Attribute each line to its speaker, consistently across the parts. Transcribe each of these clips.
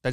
Speaker 1: 大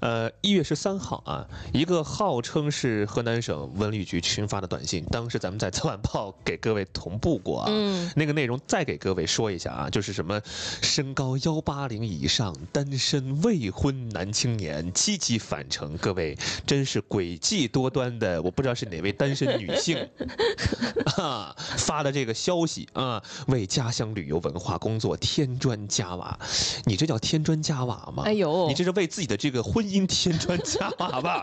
Speaker 1: 呃，一月十三号啊，一个号称是河南省文旅局群发的短信，当时咱们在早晚报给各位同步过啊。
Speaker 2: 嗯，
Speaker 1: 那个内容再给各位说一下啊，就是什么身高幺八零以上单身未婚男青年积极返程，各位真是诡计多端的，我不知道是哪位单身女性啊发的这个消息啊，为家乡旅游文化工作添砖加瓦，你这叫添砖加瓦吗？
Speaker 3: 哎呦
Speaker 1: 啊你这是为自己的这个婚姻添砖加瓦吧？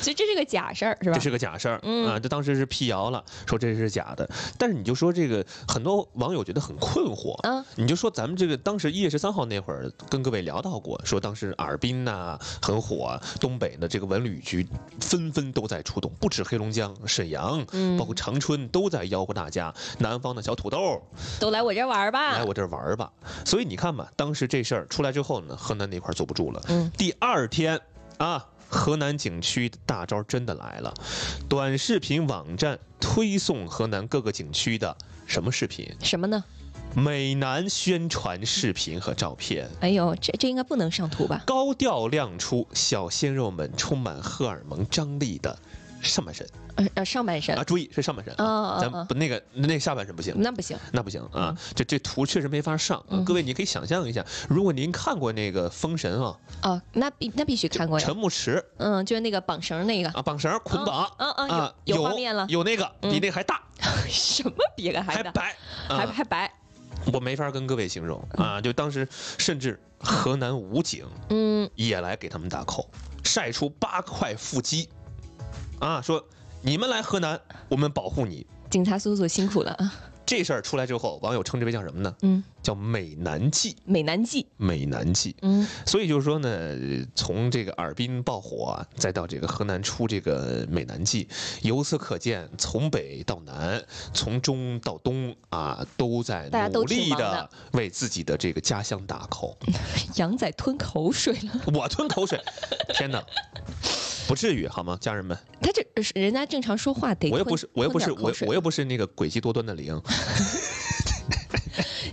Speaker 3: 所以这是个假事儿，是吧？
Speaker 1: 这是个假事儿、
Speaker 3: 嗯
Speaker 1: 啊！这当时是辟谣了，说这是假的。但是你就说这个，很多网友觉得很困惑。
Speaker 3: 啊，
Speaker 1: 你就说咱们这个当时一月十三号那会儿跟各位聊到过，说当时哈尔滨呐、很火啊、东北的这个文旅局纷纷都在出动，不止黑龙江、沈阳，
Speaker 3: 嗯
Speaker 1: 包括长春都在吆喝大家，南方的小土豆
Speaker 3: 都来我这玩儿吧
Speaker 1: 来。我这儿玩儿吧。所以你看吧，当时这事儿出来之后呢，河南那块儿坐不住了，
Speaker 3: 嗯，
Speaker 1: 第二天啊，河南景区大招真的来了，短视频网站推送河南各个景区的什么视频？
Speaker 3: 什么呢？
Speaker 1: 美男宣传视频和照片，
Speaker 3: 哎呦，这这应该不能上图吧？
Speaker 1: 高调亮出小鲜肉们充满荷尔蒙张力的上半身
Speaker 3: 呃呃，上半身
Speaker 1: 啊！注意是上半身
Speaker 3: 哦
Speaker 1: 啊，
Speaker 3: 哦
Speaker 1: 咱
Speaker 3: 哦
Speaker 1: 不那个那个下半身不行。
Speaker 3: 那不行。
Speaker 1: 那不行啊，这这图确实没法上啊。
Speaker 3: 嗯
Speaker 1: 各位，你可以想象一下，如果您看过那个《封神》啊，
Speaker 3: 哦，那必那必须看过呀
Speaker 1: 陈。牧驰
Speaker 3: 嗯，就是那个绑绳儿那个。
Speaker 1: 啊，绑绳儿捆绑，
Speaker 3: 嗯嗯，
Speaker 1: 啊，
Speaker 3: 有有画面了。
Speaker 1: 有那个
Speaker 3: 嗯
Speaker 1: 比那个还大，
Speaker 3: 什么比个
Speaker 1: 还
Speaker 3: 还大，
Speaker 1: 白，
Speaker 3: 还
Speaker 1: 啊，
Speaker 3: 还白。
Speaker 1: 我没法跟各位形容啊，就当时甚至河南武警
Speaker 3: 嗯，
Speaker 1: 也来给他们打 call，晒出八块腹肌，啊，说你们来河南，我们保护你。
Speaker 3: 警察叔叔辛苦了啊。
Speaker 1: 这事儿出来之后，网友称之为叫什么呢？
Speaker 3: 嗯，
Speaker 1: 叫美男计，
Speaker 3: 美男计。
Speaker 1: 美男计。
Speaker 3: 嗯
Speaker 1: 所以就是说呢，呃从这个哈尔滨爆火啊，再到这个河南出这个美男计，由此可见，从北到南，从中到东啊，都在
Speaker 3: 大家
Speaker 1: 努
Speaker 3: 都挺
Speaker 1: 力
Speaker 3: 忙
Speaker 1: 的
Speaker 3: 的
Speaker 1: 为自己的这个家乡打 call。
Speaker 3: 杨仔吞口水了，
Speaker 1: 我吞口水， 天哪！不至于好吗，家人们？
Speaker 3: 他这呃人家正常说话得
Speaker 1: 我又
Speaker 3: 吞
Speaker 1: 不是，我又不是，
Speaker 3: 吞点口
Speaker 1: 我
Speaker 3: 水
Speaker 1: 我又不是那个诡计多端的灵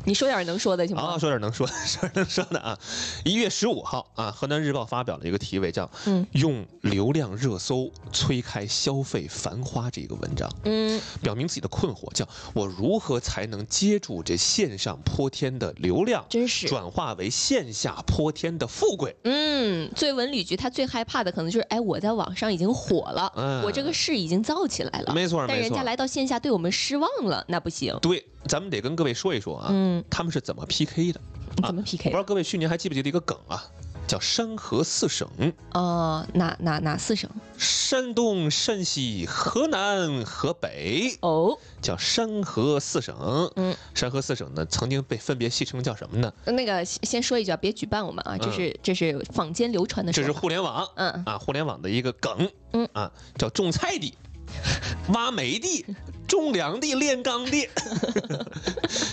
Speaker 3: 你说点能说的行
Speaker 1: 啊！
Speaker 3: 吗？
Speaker 1: 说点能说， 说点能说的啊！一月十五号啊，河南日报发表了一个题为叫
Speaker 3: 嗯
Speaker 1: “用流量热搜催开消费繁花”这个文章。
Speaker 3: 嗯
Speaker 1: 表明自己的困惑，叫我如何才能接住这线上泼天的流量，
Speaker 3: 真是
Speaker 1: 转化为线下泼天的富贵？
Speaker 3: 嗯，作为文旅局，他最害怕的可能就是，哎，我在网上已经火了，
Speaker 1: 嗯
Speaker 3: 我这个事已经造起来了，
Speaker 1: 没错，
Speaker 3: 但
Speaker 1: 没
Speaker 3: 人
Speaker 1: 错
Speaker 3: 家。来到线下对我们失望了，那不行。
Speaker 1: 对，咱们得跟各位说一说啊，
Speaker 3: 嗯，
Speaker 1: 他们是怎么 PK 的？
Speaker 3: 你怎么
Speaker 1: 不
Speaker 3: PK
Speaker 1: 知
Speaker 3: 的？
Speaker 1: 道各位去年还记不记得一个梗啊，叫山河四省。
Speaker 3: 哦，哪哪哪四省？
Speaker 1: 山东、山西、河南、河北
Speaker 3: 哦，
Speaker 1: 叫山河四省。
Speaker 3: 嗯，
Speaker 1: 山河四省呢，曾经被分别戏称叫什么呢？
Speaker 3: 那个先先说一句啊，别举办我们啊，这是、这是坊间流传的
Speaker 1: 嗯这
Speaker 3: 说
Speaker 1: 是
Speaker 3: 法。
Speaker 1: 互联网，
Speaker 3: 嗯，
Speaker 1: 啊，互联网的一个梗，
Speaker 3: 嗯
Speaker 1: 啊，叫种菜 地、挖煤地、种粮地、炼钢 地，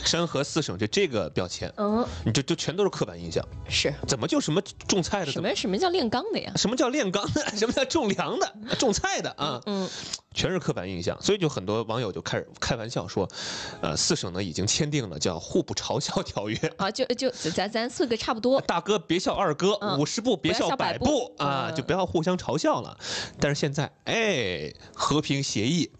Speaker 1: 山河四省就这个标签，
Speaker 3: 嗯，
Speaker 1: 你这这全都是刻板印象，
Speaker 3: 是
Speaker 1: 怎么就什么种菜的，
Speaker 3: 什
Speaker 1: 怎么
Speaker 3: 么什么叫炼钢的呀？
Speaker 1: 什么叫炼钢的， 什么叫种粮的、种菜的啊，
Speaker 3: 嗯，
Speaker 1: 全是刻板印象，所以就很多网友就开始开玩笑说，呃，四省呢已经签订了叫互不嘲笑条约。
Speaker 3: 啊，就就咱咱四个差不多。
Speaker 1: 大哥别笑二哥，
Speaker 3: 嗯
Speaker 1: 五十步别
Speaker 3: 不要
Speaker 1: 笑
Speaker 3: 笑
Speaker 1: 百
Speaker 3: 百
Speaker 1: 步
Speaker 3: 步
Speaker 1: 啊，
Speaker 3: 嗯
Speaker 1: 就不要互相嘲笑了。但是现在，哎，和平协议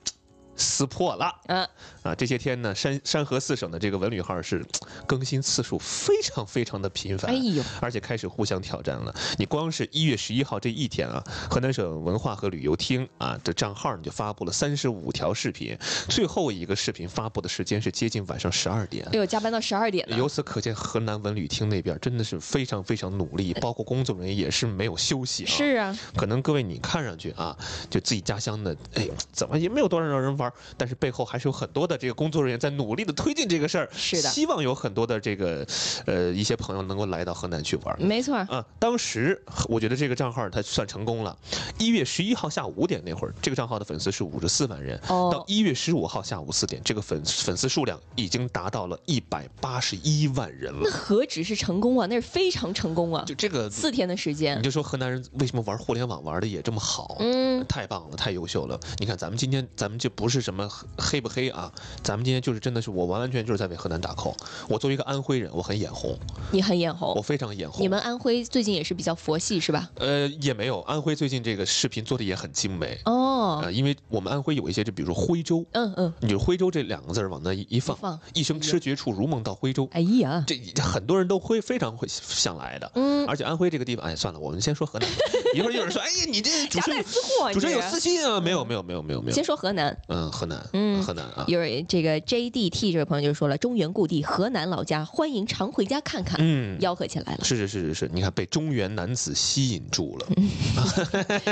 Speaker 1: 撕破了
Speaker 3: 嗯、
Speaker 1: 啊！这些天呢，山山河四省的这个文旅号是更新次数非常非常的频繁
Speaker 3: 哎。呦，
Speaker 1: 而且开始互相挑战了。你光是一月十一号这一天啊，河南省文化和旅游厅啊的账号你就发布了三十五条视频，最后一个视频发布的时间是接近晚上十二点
Speaker 3: 哎。呦，加班到十二点了。
Speaker 1: 由此可见，河南文旅厅那边真的是非常非常努力，包括工作人员也是没有休息啊。
Speaker 3: 是啊，
Speaker 1: 可能各位你看上去啊，就自己家乡的，哎，怎么也没有多少让人玩，儿，但是背后还是有很多的这个工作人员在努力的推进这个事儿。
Speaker 3: 是的
Speaker 1: 希望有很多的这个呃一些朋友能够来到河南去玩儿。
Speaker 3: 没错儿，
Speaker 1: 啊，当时我觉得这个账号它算成功了。一月十一号下午五点那会儿，这个账号的粉丝是五十四万人。到
Speaker 3: 哦，
Speaker 1: 一月十五号下午四点，这个粉粉丝数量已经达到了一百八十一万人
Speaker 3: 那
Speaker 1: 了。
Speaker 3: 何止是成功啊，那是非常成功啊
Speaker 1: 就，这个，
Speaker 3: 四天的时间
Speaker 1: 你，就说河南人为什么玩互联网玩的也这么好？
Speaker 3: 嗯，
Speaker 1: 太棒了，太优秀了！你看，咱们今天，咱们这不是什么黑黑不黑啊，咱们今天就是真的是我完完全全就是在为河南打 call。我作为一个安徽人，我很眼红，
Speaker 3: 你很眼
Speaker 1: 我
Speaker 3: 红。
Speaker 1: 非常眼红。
Speaker 3: 你们安徽最近也是比较佛系是吧？
Speaker 1: 呃也没有，安徽最近这个视频做的也很精美，
Speaker 3: 哦，
Speaker 1: 呃，因为我们安徽有一些，就比如说徽州，
Speaker 3: 嗯嗯，
Speaker 1: 你就徽州这两个字儿往那一一放，
Speaker 3: 放，
Speaker 1: 一生痴绝处，如梦到徽州，
Speaker 3: 哎呀，
Speaker 1: 这这很多人都会非常会想来的。
Speaker 3: 嗯，
Speaker 1: 而且安徽这个地方，哎，算了，我们先说河南吧。一会儿有人说，哎呀，你这主
Speaker 3: 夹
Speaker 1: 持
Speaker 3: 带
Speaker 1: 人
Speaker 3: 私货啊，你
Speaker 1: 主持人有
Speaker 3: 这
Speaker 1: 私心啊？没有，没有，没有，没有，没有
Speaker 3: 先。说河南，
Speaker 1: 嗯，河南，
Speaker 3: 嗯
Speaker 1: 河南啊，
Speaker 3: 有人这个 JDT 这位朋友就说了，中原故地河南老家，欢迎常回家看看，
Speaker 1: 嗯，
Speaker 3: 吆喝起来 了。
Speaker 1: 是是是是是，你看被中原男子吸引住了，
Speaker 3: 嗯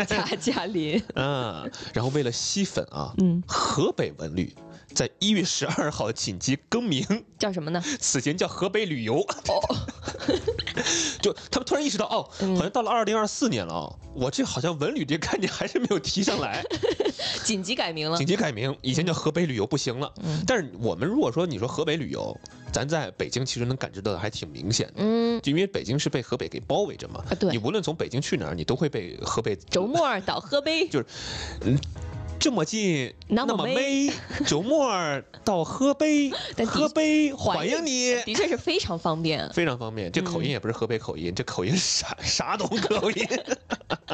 Speaker 3: 贾嘉林，
Speaker 1: 啊，然后为了吸粉啊，
Speaker 3: 嗯，
Speaker 1: 河北文旅在一月十二号紧急更名，
Speaker 3: 叫什么呢？
Speaker 1: 此前叫河北旅游。
Speaker 3: 哦，
Speaker 1: 就他们突然意识到，哦，
Speaker 3: 嗯
Speaker 1: 好像到了二零二四年了哦，我这好像文旅这概念还是没有提上来，
Speaker 3: 紧急改名了
Speaker 1: 紧。急改名，以前叫河北旅游不行了。
Speaker 3: 嗯
Speaker 1: 但是我们如果说你说河北旅游，咱在北京其实能感知到的还挺明显的，
Speaker 3: 嗯，
Speaker 1: 就因为北京是被河北给包围着嘛。
Speaker 3: 啊
Speaker 1: 你
Speaker 3: 对，
Speaker 1: 无论从北京去哪儿，你都会被河北
Speaker 3: 周末倒喝 杯
Speaker 1: 就这么近，
Speaker 3: 那么
Speaker 1: 么
Speaker 3: 美
Speaker 1: 美，九末儿到河北，
Speaker 3: 但的
Speaker 1: 河北
Speaker 3: 欢
Speaker 1: 欢迎你。
Speaker 3: 的确是非常方便。
Speaker 1: 非常方便，这口音也不是河北口音，这口音是啥 啥懂口 音。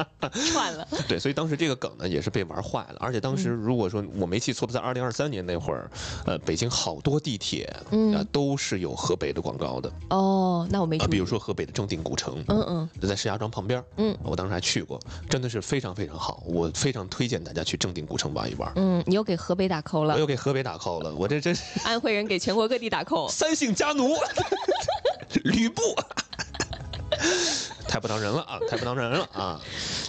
Speaker 3: 串了，
Speaker 1: 对，所以当时这个梗呢也是被玩坏了，而且当
Speaker 3: 嗯
Speaker 1: 时如果说我没记错的，在二零二三年那会儿，呃，北京好多地铁啊、
Speaker 3: 嗯，
Speaker 1: 都是有河北的广告的
Speaker 3: 哦，那我没
Speaker 1: 啊、
Speaker 3: 注意。
Speaker 1: 比如，说河北的正定古城。
Speaker 3: 嗯嗯，
Speaker 1: 就在石家庄旁边，
Speaker 3: 嗯，
Speaker 1: 我当时还去过，真的是非常非常好，我非常推荐大家去正定古城玩一玩。
Speaker 3: 嗯，你又给河北打 call
Speaker 1: 我
Speaker 3: 了，
Speaker 1: 又给河北打 call 了，我这真是
Speaker 3: 安徽人给全国各地打 call。
Speaker 1: 三姓家奴， 吕布， 太不当人了啊！太不当人了啊！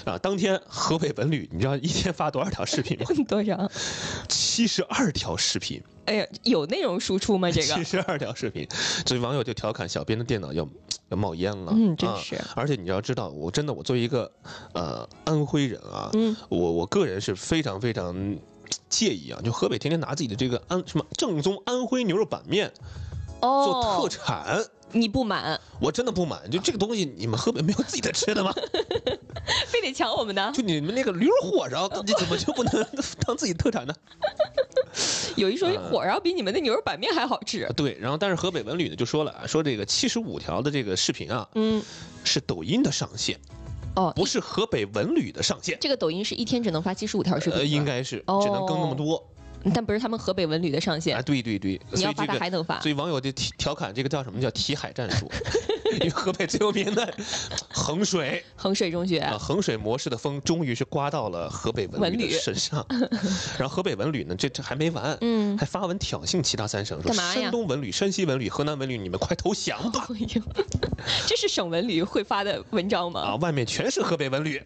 Speaker 1: 啊，当天河北文旅，你知道一天发多少条视频吗？
Speaker 3: 多少？
Speaker 1: 七十二条视频，
Speaker 3: 哎呀，有内容输出吗？这
Speaker 1: 七
Speaker 3: 个，
Speaker 1: 十二条视频，所以网友就调侃小编的电脑要要冒烟了。
Speaker 3: 嗯，真
Speaker 1: 啊
Speaker 3: 是，
Speaker 1: 而且你要知道，我真的我作为一个呃安徽人啊，
Speaker 3: 嗯，
Speaker 1: 我我个人是非常非常介意啊，就河北天天拿自己的这个安什么正宗安徽牛肉板面做特
Speaker 3: 哦，
Speaker 1: 产。
Speaker 3: 你不满，
Speaker 1: 我真的不满，就这个东西，你们河北没有自己的吃的吗？
Speaker 3: 非得抢我们的。
Speaker 1: 就你们那个驴肉火烧，你怎么就不能 当自己特产呢？
Speaker 3: 有一说一，
Speaker 1: 嗯
Speaker 3: 火烧比你们那牛肉板面还好吃
Speaker 1: 啊。对，然后但是河北文旅呢就说了啊，说这个七十五条的这个视频啊
Speaker 3: 嗯，
Speaker 1: 是抖音的上限，
Speaker 3: 哦，
Speaker 1: 不是河北文旅的上限，
Speaker 3: 这个抖音是一天只能发七十五条视
Speaker 1: 呃，
Speaker 3: 频吗，
Speaker 1: 应该是
Speaker 3: 哦
Speaker 1: 只能更那么多
Speaker 3: 嗯但不是他们河北文旅的上限
Speaker 1: 啊。。对对对，
Speaker 3: 你
Speaker 1: 所
Speaker 3: 要
Speaker 1: 以
Speaker 3: 发
Speaker 1: 这
Speaker 3: 他还
Speaker 1: 个，
Speaker 3: 能发
Speaker 1: 所，以网友就提调侃这个叫什么叫题海战术，因为河北最有名的衡 水。
Speaker 3: 衡水中学
Speaker 1: 啊，衡水模式的风终于是刮到了河北文
Speaker 3: 文
Speaker 1: 旅
Speaker 3: 旅
Speaker 1: 的身 上。然后河北文旅呢，这这还没完，
Speaker 3: 嗯
Speaker 1: 还发文挑衅其他三省，说
Speaker 3: 干嘛呀
Speaker 1: 山东文旅、山西文旅、河南文旅，你们快投降 吧！
Speaker 3: 哎呦，这是省文旅会发的文章
Speaker 1: 啊，
Speaker 3: 吗？
Speaker 1: 外面全是河北文 旅。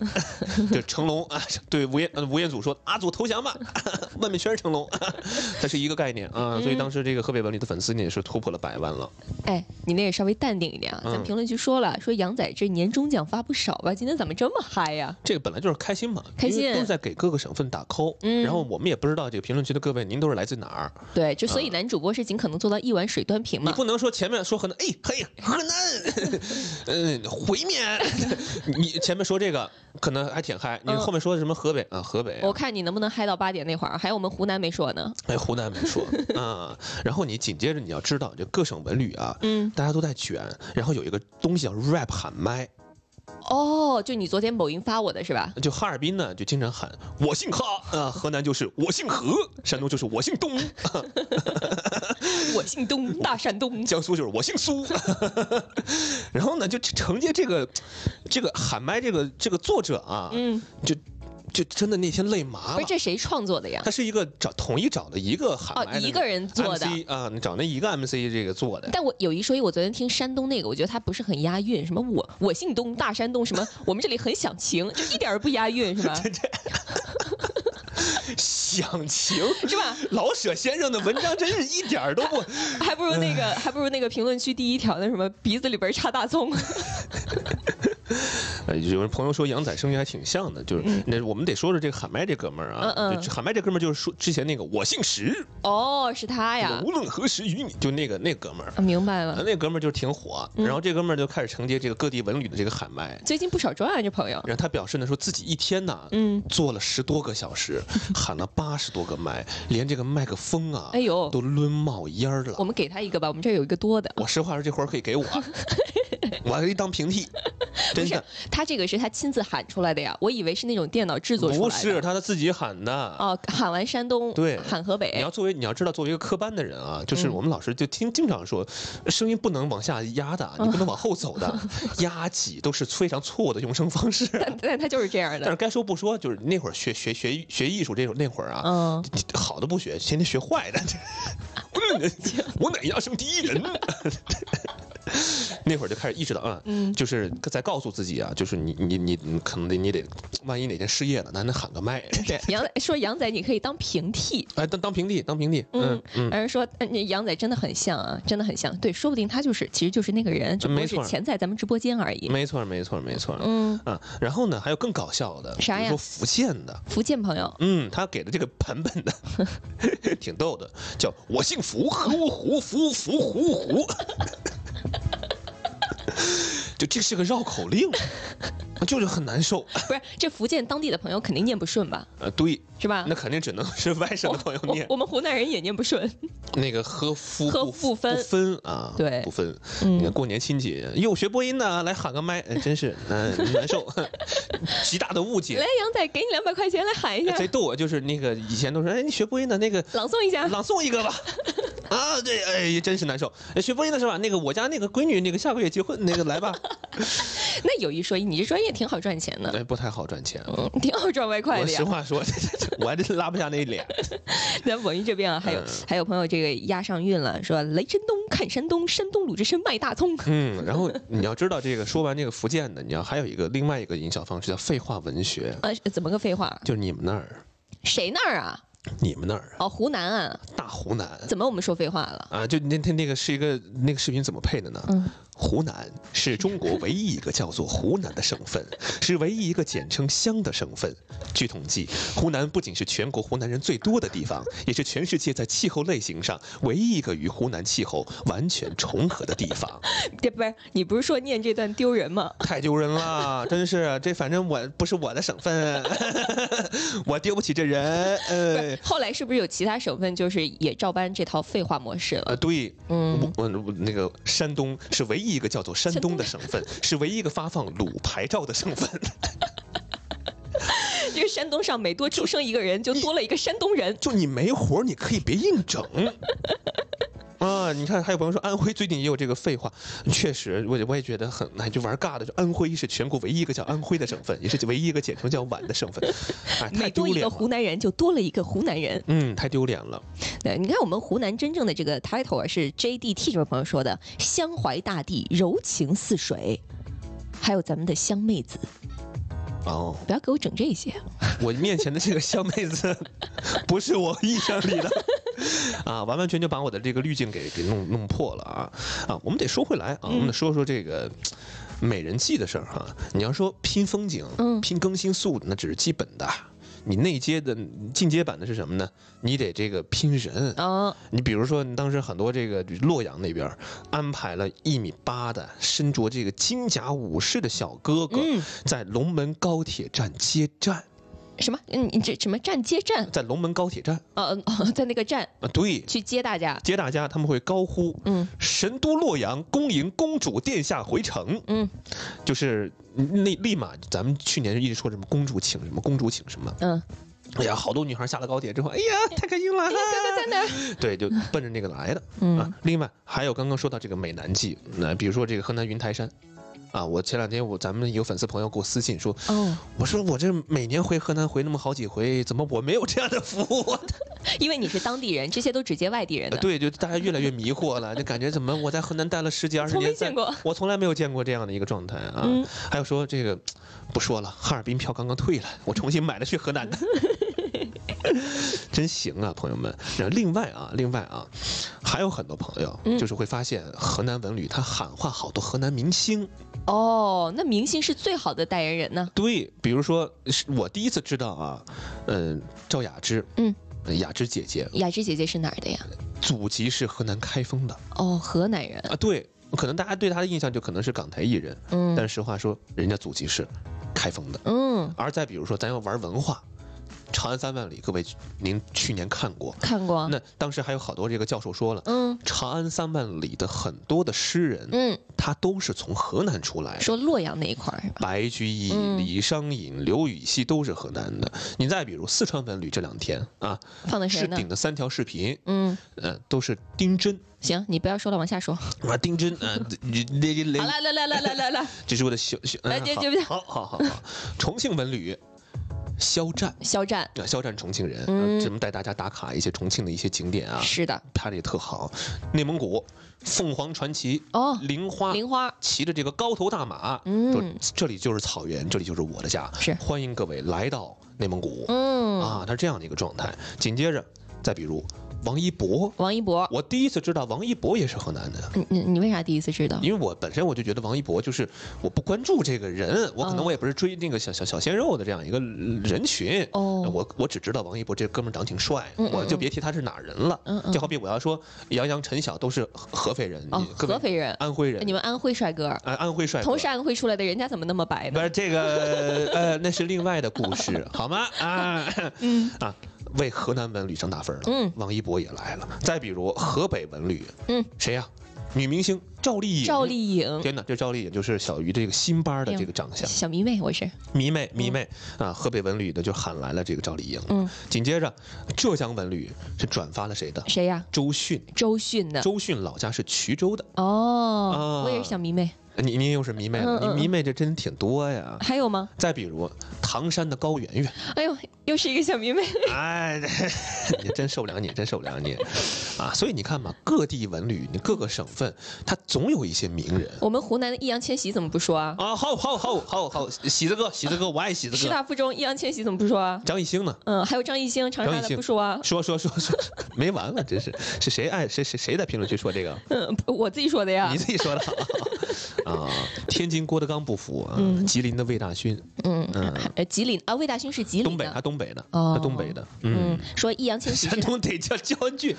Speaker 1: 就成龙啊，对吴彦呃吴彦祖说：“阿祖投降吧， 外面全是成龙。” 它是一个概念啊，
Speaker 3: 嗯
Speaker 1: 所以当时这个河北文旅的粉丝呢也是突破了百万了。
Speaker 3: 哎，你那也稍微淡定一点啊。咱
Speaker 1: 嗯
Speaker 3: 评论区说了，说杨仔这年终奖发不少吧？今天怎么这么嗨呀？
Speaker 1: 这个本来就是开心嘛，
Speaker 3: 开
Speaker 1: 因为
Speaker 3: 心
Speaker 1: 都是在给各个省份打 call。
Speaker 3: 嗯
Speaker 1: 然后我们也不知道这个评论区的各位您都是来自哪儿，
Speaker 3: 对，就所以男主播是尽可能做到一碗水端平
Speaker 1: 你
Speaker 3: 嘛。
Speaker 1: 不能说前面说河南，哎嘿，河南，嗯， 回面，你前面说这个可能还挺嗨，你
Speaker 3: 嗯
Speaker 1: 后面说什么河北啊，河北啊，
Speaker 3: 我看你能不能嗨到八点那会儿，还有我们湖南没说呢。
Speaker 1: 哎，湖南没说啊、然后你紧接着你要知道，这各省文旅啊，
Speaker 3: 嗯，
Speaker 1: 大家都在卷，然后有一个东西叫 rap 喊麦，
Speaker 3: 哦，就你昨天某音发我的是吧？
Speaker 1: 就哈尔滨呢就经常喊我姓哈啊、河南就是我姓何，山东就是我姓东，
Speaker 3: 我姓东，大山东。
Speaker 1: 江苏就是我姓苏， 然后呢就承接这个这个喊麦这个这个作者啊，
Speaker 3: 嗯，
Speaker 1: 就真的那天累麻
Speaker 3: 不
Speaker 1: 了
Speaker 3: 是，。这谁创作的呀？
Speaker 1: 他是一个找统一找的一个喊
Speaker 3: 哦，
Speaker 1: 麦的
Speaker 3: 一个人做的。
Speaker 1: MC 啊，你找那一个 MC 这个做的，
Speaker 3: 但我有一说一，我昨天听山东那个，我觉得它不是很押韵，什么我我姓东，大山东，什么我们这里很响情，就一点儿不押韵，是吧？
Speaker 1: 响情，
Speaker 3: 是吧？
Speaker 1: 老舍先生的文章真是一点儿都 不，
Speaker 3: 还不如那个，还不如那个评论区第一条那什么鼻子里边插大葱，
Speaker 1: 呃，有人朋友说杨仔声音还挺像的，就是那我们得说说这个喊麦这哥们儿啊，
Speaker 3: 嗯嗯嗯
Speaker 1: 就喊麦这哥们儿就是说之前那个我姓石，
Speaker 3: 哦，是他
Speaker 1: 这个
Speaker 3: 呀，
Speaker 1: 无论何时与你，就那个那哥们儿。
Speaker 3: 啊明白
Speaker 1: 啊
Speaker 3: 了，
Speaker 1: 那哥们儿就是挺火，
Speaker 3: 嗯
Speaker 1: 然后这哥们儿就开始承接这个各地文旅的这个喊麦，
Speaker 3: 最近不少赚啊，这朋友，
Speaker 1: 然后他表示呢，说自己一天呐，
Speaker 3: 嗯，
Speaker 1: 做了十多个小时，喊了八十多个麦，连这个麦克风啊
Speaker 3: 哎呦，
Speaker 1: 都抡冒烟儿了
Speaker 3: 我。们给他一个吧，我们这儿有一个多的，
Speaker 1: 我实话说，这活儿可以 给我啊，我还可以当平替，真的
Speaker 3: 他这个是他亲自喊出来的呀，我以为是那种电脑制作出
Speaker 1: 不
Speaker 3: 来
Speaker 1: 是
Speaker 3: 的，
Speaker 1: 他自己喊的。
Speaker 3: 哦，喊完山东，
Speaker 1: 对
Speaker 3: 喊河
Speaker 1: 你
Speaker 3: 北
Speaker 1: 要，作为你要知道，作为一个科班的人啊，就是
Speaker 3: 嗯
Speaker 1: 我们老师就听经常说，声音不能往下压的，啊你不能往后走 的，压挤都是非常错误的用声方式。啊
Speaker 3: 但 但他就是这样
Speaker 1: 但是
Speaker 3: 的，
Speaker 1: 该说不说，就是那会儿学学学学艺术这种那会儿啊，
Speaker 3: 嗯，
Speaker 1: 好的不学，天天学坏 的。 我乃要生第一人。 那会儿就开始意识到啊，
Speaker 3: 嗯
Speaker 1: 就是在告诉自己啊，就是你你你你可能得你得，万一哪天失业了，咱得喊个麦。对，
Speaker 3: 杨说杨仔你可以当平替，
Speaker 1: 哎，当当平地，当平地。嗯
Speaker 3: 嗯
Speaker 1: 嗯，
Speaker 3: 而是说，呃那杨仔真的很像啊，真的很像。对，说不定他就是，其实就是那个人，只不过
Speaker 1: 没
Speaker 3: 是
Speaker 1: 错
Speaker 3: 潜在咱们直播间而已。
Speaker 1: 没错没错没错。
Speaker 3: 嗯，
Speaker 1: 啊，然后呢，还有更搞笑的，
Speaker 3: 啥
Speaker 1: 比
Speaker 3: 呀
Speaker 1: 如说福建的，
Speaker 3: 福建朋友，
Speaker 1: 嗯，他给的这个版本的 挺逗的，叫“我姓福，福福福福福福”，就这是个绕口令，就是很难受。
Speaker 3: 不是这福建当地的朋友肯定念不顺吧？
Speaker 1: 呃，对，
Speaker 3: 是吧？
Speaker 1: 那肯定只能是外省的朋友
Speaker 3: 我
Speaker 1: 念
Speaker 3: 我们湖南人也念不顺。
Speaker 1: 那个喝夫
Speaker 3: 哦喝
Speaker 1: 不
Speaker 3: 不分
Speaker 1: 不分啊，
Speaker 3: 对
Speaker 1: 不分。你看
Speaker 3: 嗯，
Speaker 1: 过年亲戚又学播音呢，来喊个麦，呃真是难难受， 极大的误
Speaker 3: 来
Speaker 1: 解。，
Speaker 3: 杨仔，给你两百块钱，来喊一下，
Speaker 1: 贼逗啊！就是那个以前都说，哎，你学播音的那个
Speaker 3: 朗诵一下。
Speaker 1: 朗诵一个吧。啊，对，哎，真是难受。哎学播音的是吧？那个我家那个闺女，那个下个月结婚，那个来吧。
Speaker 3: 那有一说一，你这专业挺好赚钱的，
Speaker 1: 哎，不太好赚钱。
Speaker 3: 嗯，挺好赚外快
Speaker 1: 我
Speaker 3: 的呀
Speaker 1: 实。话说， 我还真拉不下那脸。
Speaker 3: 咱文艺这边啊，还有、
Speaker 1: 嗯
Speaker 3: 还有朋友这个押上韵了，说来山东看山东，山东鲁智深卖大葱。
Speaker 1: 嗯，然后你要知道，这个说完这个福建的，你要还有一个另外一个营销方式叫废话文学，
Speaker 3: 啊，怎么个废话？
Speaker 1: 就是你们那儿，
Speaker 3: 谁那儿啊？
Speaker 1: 你们那儿
Speaker 3: 哦，湖南啊，
Speaker 1: 大湖南
Speaker 3: 怎么我们说废话了？
Speaker 1: 啊，就那那那个是一个那个视频怎么配的呢？
Speaker 3: 嗯，
Speaker 1: 湖南是中国唯一一个叫做湖南的省份，是唯一一个简称湘的省份。据统计，湖南不仅是全国湖南人最多的地方，也是全世界在气候类型上唯一一个与湖南气候完全重合的地方。
Speaker 3: 这不是你不是说念这段丢人吗？
Speaker 1: 太丢人了，真是这反正我不是我的省份， 我丢不起这人。
Speaker 3: 不
Speaker 1: 呃
Speaker 3: 是，后来是不是有其他省份就是也照搬这套废话模式了？
Speaker 1: 呃，对，
Speaker 3: 嗯，
Speaker 1: 我我那个山东是唯一一个叫做山东的省份，是唯一一个发放鲁牌照的省份。
Speaker 3: 这个山东上每多出生一个人，就多了一个山东人。
Speaker 1: 就你没活儿，你可以别硬整。 啊，你看，还有朋友说安徽最近也有这个废话，确实，我也我也觉得很，哎，就玩尬的。就安徽是全国唯一一个叫安徽的省份，也是唯一一个简称叫皖的省 份，哎，太
Speaker 3: 每
Speaker 1: 丢
Speaker 3: 多一
Speaker 1: 脸
Speaker 3: 个湖
Speaker 1: 了。
Speaker 3: 南人，就多了一个湖南人。
Speaker 1: 嗯，太丢脸了。
Speaker 3: 对，你看我们湖南真正的这个 title 啊，是 JDT 这位朋友说的“湘怀大地，柔情似水”，还有咱们的湘妹子，
Speaker 1: 哦，
Speaker 3: 不要给我整这些。啊
Speaker 1: 我面前的这个湘妹 子，不是我印象里的，啊，完完全全把我的这个滤镜给给弄弄破了啊啊！我们得说回来啊，
Speaker 3: 嗯
Speaker 1: 我们得说说这个美人计的事儿、哈。你要说拼风景、
Speaker 3: 嗯
Speaker 1: 拼更新速度，那只是基本的。你内阶的进阶版的是什么呢？你得这个拼人。
Speaker 3: 啊，
Speaker 1: 你比如说，当时很多这个洛阳那边儿安排了一米八的身着这个金甲武士的小哥哥，
Speaker 3: 嗯
Speaker 1: 在龙门高铁站接站。
Speaker 3: 什么？嗯，你这什么站接站？
Speaker 1: 在龙门高铁站
Speaker 3: 呃，哦在那个站
Speaker 1: 啊，对，
Speaker 3: 去接大家。
Speaker 1: 接大家他们会高呼
Speaker 3: 嗯
Speaker 1: “神都洛阳，恭迎公主殿下回城
Speaker 3: 嗯”，
Speaker 1: 就是嗯那立马咱们去年一直说什么公主请什么公主请什么，
Speaker 3: 嗯，
Speaker 1: 哎呀，好多女孩下了高铁之后，哎呀，太开心了，啊
Speaker 3: 在哪儿？
Speaker 1: 对，就奔着那个来的啊
Speaker 3: 嗯。
Speaker 1: 另外还有刚刚说到这个美男计，那比如说这个河南云台山。啊！我前两天我咱们有粉丝朋友给我私信说，
Speaker 3: 哦，
Speaker 1: 我说我这每年回河南回那么好几回，怎么我没有这样的服务啊？
Speaker 3: 因为你是当地人，这些都只接外地人
Speaker 1: 呃
Speaker 3: 的。
Speaker 1: 对，就大家越来越迷惑了，就感觉怎么我在河南待了十几二十
Speaker 3: 从
Speaker 1: 年，
Speaker 3: 没见
Speaker 1: 在
Speaker 3: 过
Speaker 1: 我从来没有见过这样的一个状态啊。
Speaker 3: 嗯
Speaker 1: 还有说这个不说了，哈尔滨票刚刚退了，我重新买了去河南的。 真行啊，朋友们。然后另外啊，另外啊，还有很多朋友
Speaker 3: 嗯
Speaker 1: 就是会发现河南文旅他喊话好多河南明星。
Speaker 3: 哦，那明星是最好的代言人呢。
Speaker 1: 对，比如说是我第一次知道啊，嗯、赵雅芝，呃
Speaker 3: 嗯。
Speaker 1: 雅芝姐姐
Speaker 3: 雅芝姐姐是哪儿的呀？
Speaker 1: 祖籍是河南开封的
Speaker 3: 哦，河南人。
Speaker 1: 啊，对，可能大家对她的印象就可能是港台艺人，但
Speaker 3: 嗯
Speaker 1: 实话说，人家祖籍是开封的。
Speaker 3: 嗯，
Speaker 1: 而再比如说，咱要玩文化，《长安三万里》，各位您去年看过，
Speaker 3: 看过。
Speaker 1: 那当时还有好多这个教授说了，
Speaker 3: 嗯
Speaker 1: 《长安三万里》的很多的诗人，
Speaker 3: 嗯，
Speaker 1: 他都是从河南出来的。
Speaker 3: 说洛阳那一块儿是吧？
Speaker 1: 白居易、
Speaker 3: 嗯
Speaker 1: 李商隐、刘禹锡都是河南的。你再比如四川文旅这两天啊，
Speaker 3: 放的谁
Speaker 1: 置
Speaker 3: 呢？
Speaker 1: 顶的三条视频，
Speaker 3: 嗯，
Speaker 1: 呃，都是丁真
Speaker 3: 行，你不要说了，往下说。好
Speaker 1: 啊，丁真 啊，这这这
Speaker 3: 了，来来来来 来来，
Speaker 1: 这是我的小小，
Speaker 3: 哎
Speaker 1: 哎
Speaker 3: 别别别
Speaker 1: 好好好好， 重庆文旅，肖战。
Speaker 3: 肖战
Speaker 1: 啊，肖战重庆人，
Speaker 3: 嗯
Speaker 1: 呃咱们带大家打卡一些重庆的一些景点啊，
Speaker 3: 是的。
Speaker 1: 拍的也特好。内蒙古，凤凰传奇，
Speaker 3: 哦，
Speaker 1: 玲花，
Speaker 3: 玲花。
Speaker 1: 骑着这个高头大马，
Speaker 3: 嗯
Speaker 1: 说这里就是草原，这里就是我的家，
Speaker 3: 是
Speaker 1: 欢迎各位来到内蒙古、
Speaker 3: 嗯，
Speaker 1: 啊，它是这样的一个状态。紧接着，再比如王一博，
Speaker 3: 王一博。
Speaker 1: 我第一次知道王一博也是河南的。
Speaker 3: 你你你为啥第一次知道？
Speaker 1: 因为我本身我就觉得王一博就是我不关注这个人，我可能
Speaker 3: 哦
Speaker 1: 我也不是追那个小小小鲜肉的这样一个人群，
Speaker 3: 哦，
Speaker 1: 我我只知道王一博这哥们儿长挺帅，
Speaker 3: 嗯嗯
Speaker 1: 我就
Speaker 3: 嗯
Speaker 1: 别提他是哪儿人了。
Speaker 3: 嗯嗯
Speaker 1: 就好比我要说杨洋、陈晓都是合合肥人，
Speaker 3: 哦，
Speaker 1: 你各位
Speaker 3: 合肥人，
Speaker 1: 安徽人，
Speaker 3: 你们安徽帅哥，
Speaker 1: 安安徽帅哥，
Speaker 3: 同是安徽出来的，人家怎么那么白
Speaker 1: 不
Speaker 3: 呢？
Speaker 1: 是这个，呃，那是另外的故事，好吗？啊，
Speaker 3: 嗯
Speaker 1: 啊，为河南文旅上大分了。
Speaker 3: 嗯，
Speaker 1: 王一博也来了。再比如河北文旅，
Speaker 3: 嗯，
Speaker 1: 谁呀、女明星赵丽颖。
Speaker 3: 赵。丽颖，
Speaker 1: 天哪，这赵丽颖就是小鱼这个新班
Speaker 3: 嗯哎
Speaker 1: 的
Speaker 3: 呦嗯
Speaker 1: 这个长相，
Speaker 3: 小迷妹，我是。
Speaker 1: 迷妹迷妹啊！河北文旅的就喊来了这个赵丽颖。
Speaker 3: 嗯，
Speaker 1: 紧接着浙江文旅是转发了谁的？
Speaker 3: 谁呀？
Speaker 1: 周迅。
Speaker 3: 周迅呢？
Speaker 1: 周迅老家是衢州的，啊，
Speaker 3: 哦我也是小迷妹。
Speaker 1: 你你又是迷妹
Speaker 3: 嗯
Speaker 1: 了，
Speaker 3: 嗯
Speaker 1: 你迷妹这真挺多呀。
Speaker 3: 还有吗？
Speaker 1: 再比如唐山的高圆圆。
Speaker 3: 哎呦，又是一个小迷妹。
Speaker 1: 哎， 你真受不了你，真受不了你啊！所以你看嘛，各地文旅，你各个省份，它总有一些名人
Speaker 3: 我们湖南的易烊千玺怎么不说啊？
Speaker 1: 啊。好好好好好，喜子哥，喜子哥，我爱喜子
Speaker 3: 师
Speaker 1: 哥。
Speaker 3: 大附中易烊千玺怎么不说啊？
Speaker 1: 张艺兴呢？
Speaker 3: 嗯，还有张艺兴，长沙
Speaker 1: 张艺
Speaker 3: 的
Speaker 1: 兴
Speaker 3: 不说啊。
Speaker 1: 说说说说， 没完了，真是是谁爱谁谁谁在评论区说这个？
Speaker 3: 嗯，不我自己说的呀
Speaker 1: 你。自己说的 啊！天津郭德纲不服啊，
Speaker 3: 嗯
Speaker 1: 吉林的魏大勋，
Speaker 3: 嗯
Speaker 1: 嗯，
Speaker 3: 呃，吉林啊，魏大勋是吉
Speaker 1: 东
Speaker 3: 林
Speaker 1: 北
Speaker 3: 的
Speaker 1: 他。东北的，
Speaker 3: 哦
Speaker 1: 他东北的，
Speaker 3: 嗯
Speaker 1: 嗯，，
Speaker 3: 说易烊千玺
Speaker 1: 山
Speaker 3: 是
Speaker 1: 东得叫焦恩俊，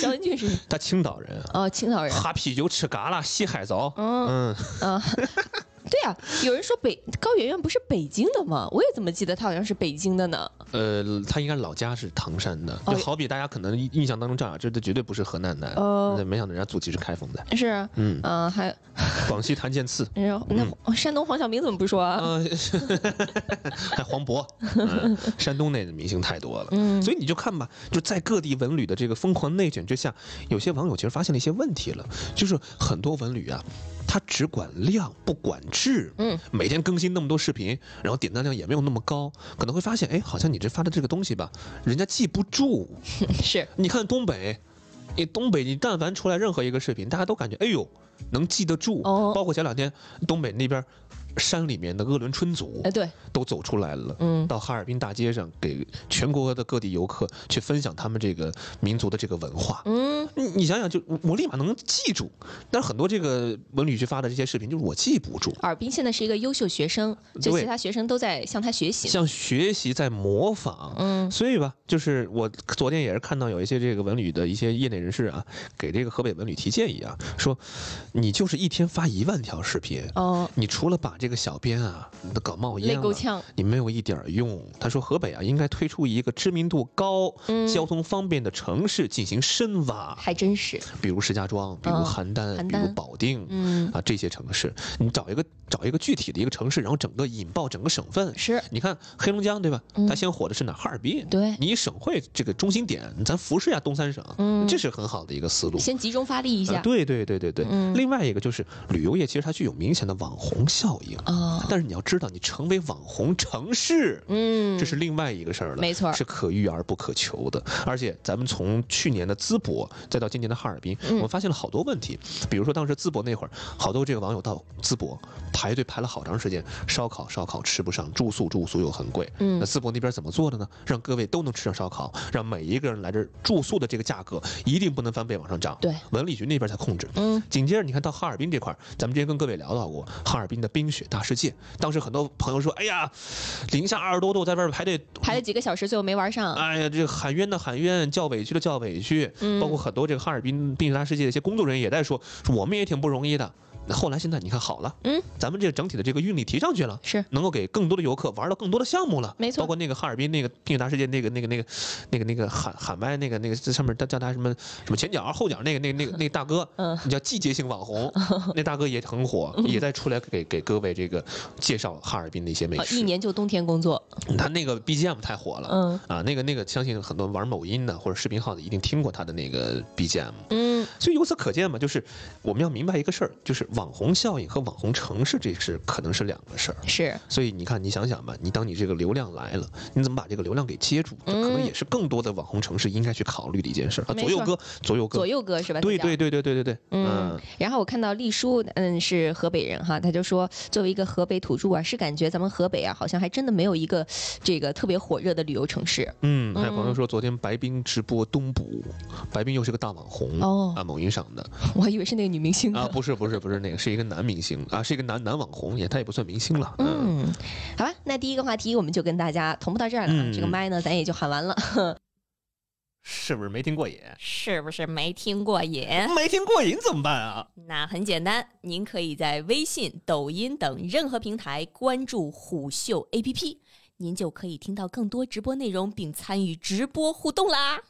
Speaker 3: 萧文俊是
Speaker 1: 他青岛人啊，
Speaker 3: 哦，青 岛人。
Speaker 1: 喝啤酒吃嘎啦洗海澡，
Speaker 3: 嗯
Speaker 1: 嗯。
Speaker 3: 啊，对啊，有人说北高圆圆不是北京的吗？我也怎么记得她好像是北京的呢？
Speaker 1: 呃，他应该老家是唐山的，
Speaker 3: 哦
Speaker 1: 就好比大家可能印象当中赵雅芝，这绝对不是河南的，
Speaker 3: 哦
Speaker 1: 那没想到人家祖籍是开封的，
Speaker 3: 是啊，
Speaker 1: 嗯，
Speaker 3: 嗯、还有
Speaker 1: 广西谭健次，
Speaker 3: 然后那、
Speaker 1: 嗯
Speaker 3: 哦山东黄晓明怎么不说啊？
Speaker 1: 呃， 还黄渤，嗯，山东那的明星太多了。
Speaker 3: 嗯，
Speaker 1: 所以你就看吧，就在各地文旅的这个疯狂内卷之下，有些网友其实发现了一些问题了，就是很多文旅啊，它只管量不管质，
Speaker 3: 嗯，
Speaker 1: 每天更新那么多视频，然后点赞量也没有那么高，可能会发现，哎，好像你这发的这个东西吧，人家记不住，
Speaker 3: 是
Speaker 1: 你看东北，你东北，你但凡出来任何一个视频，大家都感觉哎呦能记得住。
Speaker 3: 哦
Speaker 1: 包括前两天东北那边山里面的鄂伦春族
Speaker 3: 哎对，
Speaker 1: 都走出来了。
Speaker 3: 嗯
Speaker 1: 到哈尔滨大街上，给全国的各地游客去分享他们这个民族的这个文化。
Speaker 3: 嗯
Speaker 1: 你你想想就，我我立马能记住，但是很多这个文旅去发的这些视频，就是我记不住，
Speaker 3: 尔滨现在是一个优秀学生，就
Speaker 1: 对
Speaker 3: 其他学生都在向他学习。
Speaker 1: 像学习在模仿。
Speaker 3: 嗯，
Speaker 1: 所以吧，就是我昨天也是看到有一些这个文旅的一些业内人士啊，给这个河北文旅提建议啊，说你就是一天发一万条视频，
Speaker 3: 哦，
Speaker 1: 你除了把这个小编啊你都搞冒
Speaker 3: 累
Speaker 1: 烟
Speaker 3: 够
Speaker 1: 了。
Speaker 3: 呛。
Speaker 1: 你没有一点儿用。他说，河北啊，应该推出一个知名度高、
Speaker 3: 嗯，
Speaker 1: 交通方便的城市进行深挖，
Speaker 3: 还真是。
Speaker 1: 比如石家庄，比如
Speaker 3: 嗯
Speaker 1: 邯郸，
Speaker 3: 邯
Speaker 1: 比如
Speaker 3: 郸
Speaker 1: 保定、
Speaker 3: 嗯，
Speaker 1: 啊这些城市。你找一个找一个具体的一个城市，然后整个引爆整个省份。
Speaker 3: 是
Speaker 1: 你看黑龙江对吧？
Speaker 3: 嗯
Speaker 1: 它先火的是哪儿？哈尔滨。
Speaker 3: 对。
Speaker 1: 你以省会这个中心点，咱服侍一下东三省，
Speaker 3: 嗯
Speaker 1: 这是很好的一个思路。
Speaker 3: 先集中发力一
Speaker 1: 呃
Speaker 3: 下。
Speaker 1: 对对对对对。
Speaker 3: 嗯
Speaker 1: 另外一个就是旅游业，其实它具有明显的网红效应，
Speaker 3: 哦，
Speaker 1: 但是你要知道，你成为网红城市，
Speaker 3: 嗯，
Speaker 1: 这是另外一个事儿了。
Speaker 3: 没错儿。
Speaker 1: 是可遇而不可求的，而且咱们从去年的淄博，再到今年的哈尔滨，
Speaker 3: 嗯
Speaker 1: 我们发现了好多问题。比如说当时淄博那会儿，好多这个网友到淄博，排队排了好长时间，烧烤烧烤吃不上，住宿住宿又很贵。那
Speaker 3: 嗯，
Speaker 1: 淄博那边怎么做的呢？让各位都能吃上烧烤，让每一个人来这儿住宿的这个价格一定不能翻倍往上涨。
Speaker 3: 对，
Speaker 1: 文旅局那边在控制。
Speaker 3: 嗯，
Speaker 1: 紧接着你看到哈尔滨这块儿，咱们之前跟各位聊到过哈尔滨的冰雪大世界。当时很多朋友说：“哎呀，零下二十多度，在外边排队，
Speaker 3: 排了几个小时，最后没玩上。
Speaker 1: 哎呀，这个喊冤的喊冤，叫委屈的叫委屈。”
Speaker 3: 啊嗯，
Speaker 1: 包括很多这个哈尔滨冰雪大世界的一些工作人员也在说，说我们也挺不容易的。那后来现在你看好了，
Speaker 3: 嗯，
Speaker 1: 咱们这整体的这个运力提上去了，
Speaker 3: 是
Speaker 1: 能够给更多的游客玩到更多的项目了。
Speaker 3: 没错
Speaker 1: 包括那个哈尔滨那个冰雪大世界那个那个那个那个那个喊喊麦那个那个这上面叫叫他什么什么前脚后脚那个那个那个那个大哥，
Speaker 3: 嗯，
Speaker 1: 你叫季节性网 红，那大哥也很火，也在出来给给各位这个介绍哈尔滨的一些美
Speaker 3: 哦一
Speaker 1: 食。
Speaker 3: 年就冬天工作。
Speaker 1: 他那个 BGM 太火了。
Speaker 3: 嗯
Speaker 1: 啊，那个那个，相信很多玩某音的或者视频号的一定听过他的那个 BGM。
Speaker 3: 嗯，
Speaker 1: 所以由此可见嘛，就是我们要明白一个事儿，就是网红效应和网红城市这是可能是两个事儿。
Speaker 3: 是
Speaker 1: 所以你看，你想想吧，你当你这个流量来了，你怎么把这个流量给接住？这可能
Speaker 3: 嗯
Speaker 1: 也是更多的网红城市应该去考虑的一件事儿啊。
Speaker 3: 没
Speaker 1: 左右
Speaker 3: 错
Speaker 1: 哥，左右哥，
Speaker 3: 左右哥是吧？
Speaker 1: 对
Speaker 3: 他
Speaker 1: 对
Speaker 3: 叫
Speaker 1: 对对对对对，啊
Speaker 3: 嗯，然后我看到丽叔，嗯，是河北人哈，他就说，作为一个河北土著啊，是感觉咱们河北啊，好像还真的没有一个这个特别火热的旅游城市。
Speaker 1: 嗯，还有朋友
Speaker 3: 嗯
Speaker 1: 说，昨天白冰直播东捕，白冰又是个大网红
Speaker 3: 哦
Speaker 1: 啊，某音上的
Speaker 3: 我还以为是那个女明 星呢。
Speaker 1: 啊，不是不是不是那个，是一个男明星啊，是一个男男网红，也他也不算明星了，嗯
Speaker 3: 嗯，好吧，那第一个话题我们就跟大家同步到这儿了啊。
Speaker 1: 嗯
Speaker 3: 这个麦呢，咱也就喊完了。
Speaker 1: 是不是没听过瘾？
Speaker 2: 是不是没听过瘾？
Speaker 1: 没听过瘾怎么办啊？
Speaker 2: 那很简单，您可以在微信、抖音等任何平台关注虎嗅 APP，您就可以听到更多直播内容，并参与直播互动啦。